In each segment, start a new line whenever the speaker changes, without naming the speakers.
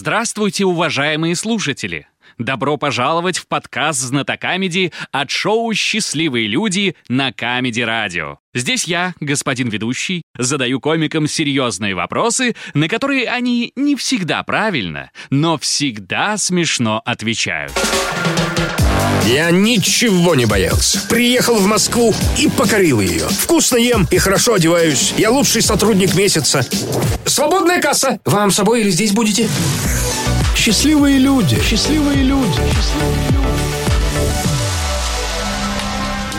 Здравствуйте, уважаемые слушатели! Добро пожаловать в подкаст «Знатокамеди» от шоу «Счастливые люди» на Камеди Радио. Здесь я, господин ведущий, задаю комикам серьезные вопросы, на которые они не всегда правильно, но всегда смешно отвечают.
Я ничего не боялся. Приехал в Москву и покорил ее. Вкусно ем и хорошо одеваюсь. Я лучший сотрудник месяца. Свободная касса. Вам с собой или здесь будете? Счастливые люди. Счастливые люди.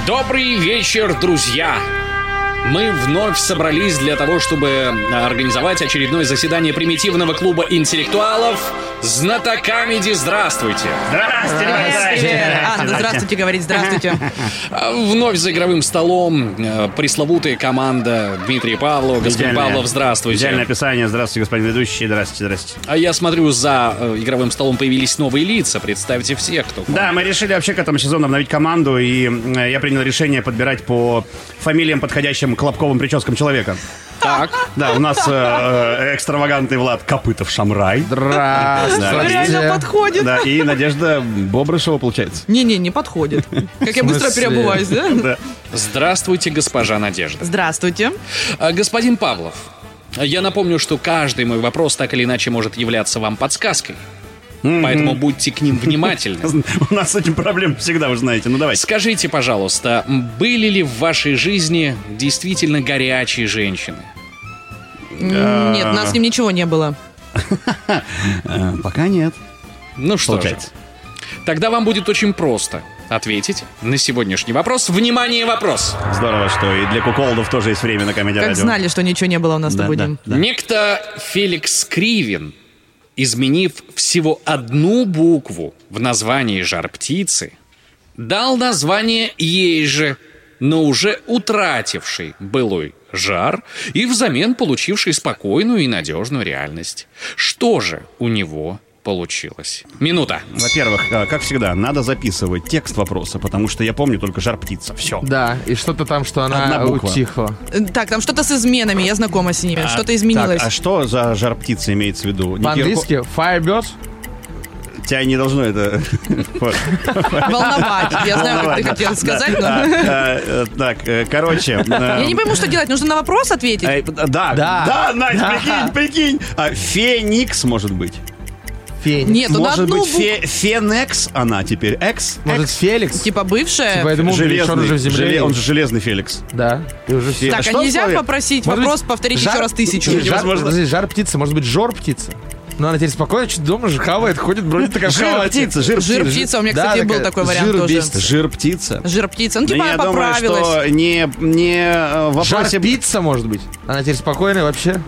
Добрый вечер, друзья! Мы вновь собрались для того, чтобы организовать очередное заседание примитивного клуба интеллектуалов «Знатокамеди. Здравствуйте!»
Э,
А, надо здравствуйте говорить, здравствуйте.
А Вновь за игровым столом э, пресловутая команда Дмитрия Павлова. Господин
Идеальное-
Павлов, здравствуйте!
Идеальное описание. Здравствуйте, господин ведущий. Здравствуйте, здрасте.
А я смотрю, за э, игровым столом появились новые лица. Представьте всех, кто... к вам.
Да, мы решили вообще к этому сезону обновить команду, и м, э, я принял решение подбирать по фамилиям, подходящим к лобковым прическам человека.
Так,
Да, у нас э, э, экстравагантный Влад Копытов Шамрай.
Ну, Реально подходит.
Да, и Надежда Бобрышева, получается.
Не-не, не подходит. Как я быстро переобуваюсь, да?
здравствуйте, госпожа Надежда.
Здравствуйте.
А, Господин Павлов, я напомню, что каждый мой вопрос так или иначе может являться вам подсказкой. Поэтому будьте к ним внимательны.
У нас с этим проблем всегда, вы знаете. Ну давайте.
Скажите, пожалуйста, м, были ли в вашей жизни действительно горячие женщины?
М, Нет, у нас с ним ничего не было.
Э, Пока нет.
Ну что же,
Получается.
тогда вам будет очень просто ответить на сегодняшний вопрос. Внимание, вопрос!
Здорово, что и для куколдов тоже есть время на комедия
Как
радио.
знали, что ничего не было у нас с
Да,
тобой,
да,
Дим.
да.
Некто Феликс Кривин, изменив всего одну букву в названии «Жар-птицы», дал название ей же, но уже утративший былой жар и взамен получивший спокойную и надежную реальность. Что же у него получилось? Минута.
Во-первых, э, как всегда, надо записывать текст вопроса, потому что я помню только жар птица. Все.
Да, и что-то там, что
Одна
она
буква.
утихла.
Э, Так, там что-то с изменами, я знакома с ними. Что-то
Так, а
изменилось.
что за жар птица имеется в виду? Не
По-английски Firebird.
Кирко- Тебя не должно это... Вот.
Волновать. Я знаю, как ты хотел сказать,
А,
но...
э, э, Так, э, короче...
Я не пойму, что делать. Нужно на вопрос ответить.
Да, да, да, Надь, прикинь, прикинь. А, Феникс, может быть.
Феникс.
Нет, ну на
может
одну
быть,
букву.
фе- Фенекс она теперь. Экс?
Может, Феликс?
Типа бывшая.
Поэтому он
Железный.
уже в земле.
Желе- Он же железный Феликс.
Да. И уже все.
Так, а
Что
нельзя
условие?
попросить
Может
вопрос
быть,
повторить
жар-
еще раз тысячу?
Жар,
Невозможно.
подожди, жар птица, может быть, жор птица. Но она теперь спокойно что-то дома же хавает, ходит, бродит такая в
Жир
халате.
птица, жир
Жир
птица.
птица. У меня,
Да,
кстати, был
такая
такой вариант
жир
тоже.
бесит.
Жир птица.
Жир птица. Ну, типа,
я
она
думаю,
поправилась.
что не, не э, в
Жар
вопросе...
пицца, может быть. Она теперь спокойная вообще.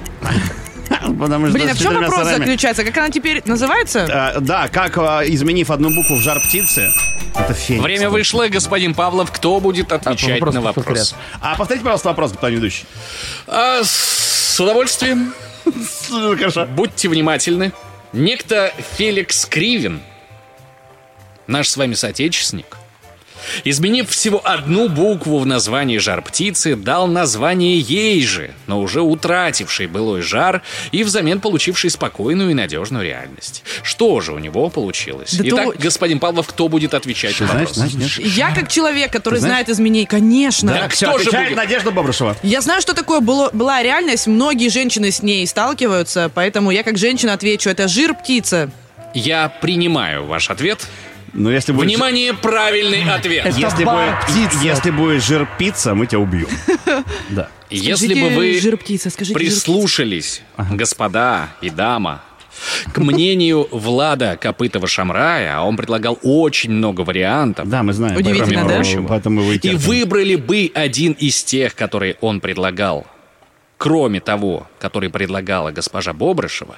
Потому что
Блин, а в
с
чем
четырьмя
вопрос
сарами.
заключается? Как она теперь называется?
Э, Да, как, э, изменив одну букву в жар птицы, это феникс.
Время вышло, господин Павлов, кто будет отвечать
вопрос
на
по
вопрос?
порядку.
А повторите, пожалуйста, вопрос, господин ведущий.
А, с- с удовольствием.
Хорошо.
Будьте внимательны. Некто Феликс Кривин, наш с вами соотечественник, изменив всего одну букву в названии «Жар птицы», дал название ей же, но уже утративший былой жар и взамен получивший спокойную и надежную реальность. Что же у него получилось?
Да
Итак,
то-
господин Павлов, кто будет отвечать на вопрос?
Я как человек, который
знаешь?
знает изменений, конечно.
Да,
Все,
Кто же
отвечает
будет?
Надежда Бобрышева.
Я знаю, что такое было, была реальность. Многие женщины с ней сталкиваются, поэтому я как женщина отвечу, это жир птица.
Я принимаю ваш ответ.
Ну, если будет...
Внимание, правильный
Э,
ответ.
Если
бар
будет,
птица.
если будет жир птица, мы тебя убьем. Да.
Если
Скажите,
бы вы
жир птица, скажите жир птица.
прислушались, господа и дама, к мнению Влада Копытова-Шамрая, а он предлагал очень много вариантов,
Да, мы знаем.
Удивительно,
поэтому-
да?
поэтому- Поэтому вы
и выбрали бы один из тех, которые он предлагал, кроме того, который предлагала госпожа Бобрышева,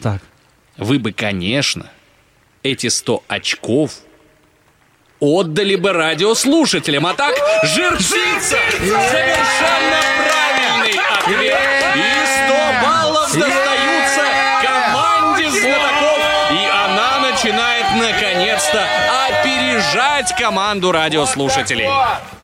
Так.
вы бы, конечно, эти 100 очков отдали бы радиослушателям. А так, жирптица! Совершенно правильный ответ. И 100 баллов достаются команде знатоков. И она начинает, наконец-то, опережать команду радиослушателей.